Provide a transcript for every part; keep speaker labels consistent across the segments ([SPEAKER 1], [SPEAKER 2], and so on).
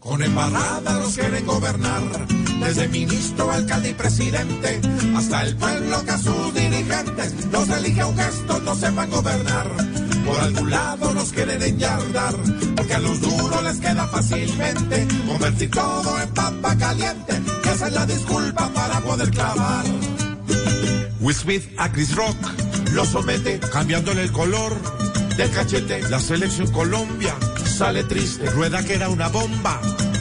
[SPEAKER 1] Con embarrada los quieren gobernar, desde ministro, alcalde y presidente, hasta el pueblo que a sus dirigentes los elige un gesto, no sepan gobernar. Por algún lado nos quieren enyardar, porque a los duros les queda fácilmente convertir todo en papa caliente, que esa es la disculpa para poder clavar. Will Smith a Chris Rock lo somete, cambiándole el color del cachete. La selección Colombia sale triste, rueda que era una bomba,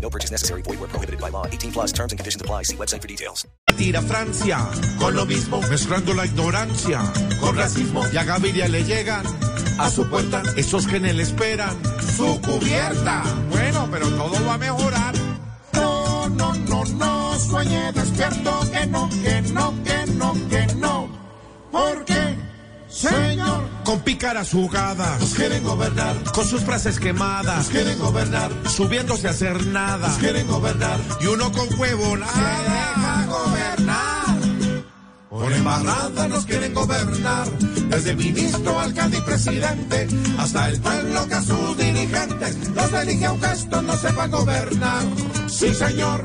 [SPEAKER 2] No purchase necessary. Void where prohibited by law. 18 plus terms and conditions apply. See website for details.
[SPEAKER 1] tira a Francia con lo mismo, mezclando la ignorancia con racismo. Y a Gaviria le llegan a su puerta esos que en él esperan su cubierta. Bueno, pero todo va a mejorar. No, no, no, no, sueñe despierto que no, que no, que no, que no. Porque, señor, con pícaras jugadas nos quieren gobernar, con sus frases quemadas nos quieren gobernar, subiéndose a hacer nada nos quieren gobernar, y uno con huevo nada deja gobernar. Por embarrada nos quieren gobernar, desde ministro, alcalde y presidente, hasta el pueblo que a sus dirigentes los elige aunque estos no sepan gobernar. Sí, señor.